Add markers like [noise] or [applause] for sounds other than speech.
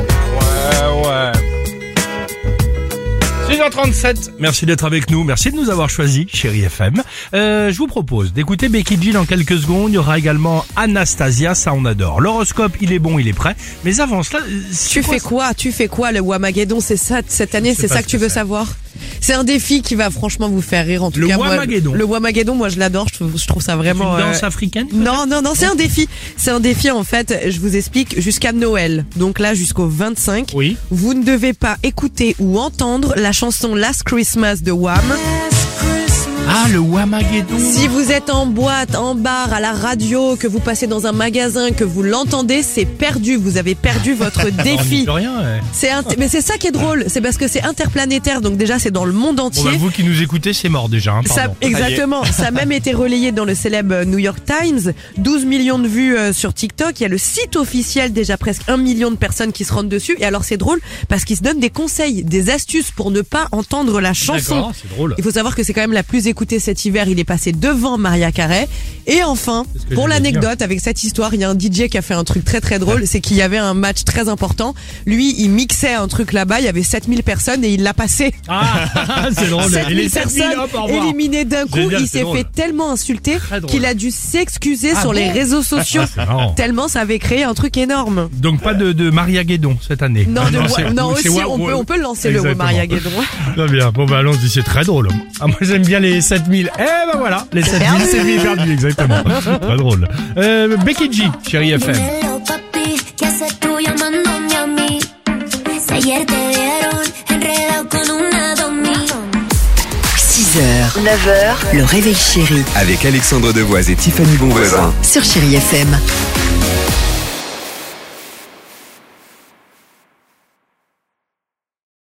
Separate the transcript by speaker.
Speaker 1: Ouais, ouais. 6h37, merci d'être avec nous, merci de nous avoir choisis, chérie FM. Euh, je vous propose d'écouter Becky G dans quelques secondes, il y aura également Anastasia, ça on adore. L'horoscope, il est bon, il est prêt, mais avant cela... euh, c'est
Speaker 2: Tu fais
Speaker 1: ça
Speaker 2: quoi Tu fais quoi le Wamageddon C'est ça cette année,
Speaker 1: sais
Speaker 2: c'est
Speaker 1: pas
Speaker 2: ça
Speaker 1: ce
Speaker 2: que tu
Speaker 1: que
Speaker 2: veux
Speaker 1: c'est.
Speaker 2: savoir C'est un défi qui va franchement vous faire rire en tout
Speaker 1: Le
Speaker 2: cas. moi,
Speaker 1: Wamageddon.
Speaker 2: le Wamageddon, moi je l'adore, je trouve, je trouve ça
Speaker 1: C'est
Speaker 2: vraiment
Speaker 1: une danse
Speaker 2: euh,
Speaker 1: africaine
Speaker 2: Non, non, non, c'est un défi. C'est un défi en fait, je vous explique, jusqu'à Noël. Donc là jusqu'au 25,
Speaker 1: Oui.
Speaker 2: vous ne devez pas écouter ou entendre la chanson Last Christmas de Wham.
Speaker 1: Ah, le Wamageddon
Speaker 2: Si vous êtes en boîte, en bar, à la radio, que vous passez dans un magasin, que vous l'entendez, c'est perdu, vous avez
Speaker 1: [laughs]
Speaker 2: perdu votre
Speaker 1: On n'y
Speaker 2: défi.
Speaker 1: peut Oh, rien, eh. ouais.
Speaker 2: C'est inter- mais c'est ça qui est drôle, c'est parce que c'est interplanétaire, donc déjà c'est dans le monde
Speaker 1: Bon,
Speaker 2: entier.
Speaker 1: bah, vous qui nous écoutez, c'est mort déjà, hein,
Speaker 2: Ça,
Speaker 1: pardon.
Speaker 2: exactement, ça a même été relayé dans le célèbre euh, New York Times, 12 millions de vues euh, sur TikTok, il y a le site officiel déjà presque 1 million de personnes qui se rendent dessus, et alors c'est drôle parce qu'ils se donnent des conseils, des astuces pour ne pas entendre la chanson.
Speaker 1: D'accord, c'est drôle.
Speaker 2: Il faut savoir que c'est quand même la plus écoutée cet hiver. Il est passé devant Maria Carey. Et enfin,
Speaker 1: C'est ce que
Speaker 2: pour
Speaker 1: j'allais
Speaker 2: l'anecdote, avec cette histoire, il y a un DJ qui a fait un truc très très drôle. C'est qu'il y avait un match très important. Lui, il mixait un truc là-bas. Il y avait 7000 personnes et il l'a passé.
Speaker 1: Ah, [laughs] c'est drôle. Et
Speaker 2: 7000
Speaker 1: les 7000,
Speaker 2: personnes
Speaker 1: hop, au revoir.
Speaker 2: éliminées d'un coup.
Speaker 1: Génial,
Speaker 2: il
Speaker 1: c'est
Speaker 2: s'est
Speaker 1: drôle.
Speaker 2: fait tellement insulter
Speaker 1: Très drôle.
Speaker 2: qu'il a dû s'excuser
Speaker 1: Ah
Speaker 2: sur les
Speaker 1: bon
Speaker 2: réseaux sociaux.
Speaker 1: C'est marrant.
Speaker 2: tellement ça avait créé un truc énorme.
Speaker 1: Donc pas de, de Maria Guédon cette année.
Speaker 2: Non, de-
Speaker 1: Ah c'est-
Speaker 2: non,
Speaker 1: c'est
Speaker 2: aussi,
Speaker 1: Wa-
Speaker 2: on peut,
Speaker 1: Wa-
Speaker 2: on peut lancer le
Speaker 1: Exactement. [laughs]
Speaker 2: Maria Guédon.
Speaker 1: Très bien. Bon, bah, allons-y, c'est très drôle. Ah, moi, j'aime bien les 7000. Eh, ben voilà. Les 7000, c'est bien perdu, exactement. Très drôle. Euh, Becky G, chérie FM.
Speaker 3: Dímelo, papi, ¿qué haces tú llamándome a mí? Si ayer te vieron enredado con una domi.
Speaker 4: 6h, 9h, le réveil chéri
Speaker 5: Avec Alexandre Devoise et Tiffany Bonvoisin.
Speaker 4: sur Chérie FM.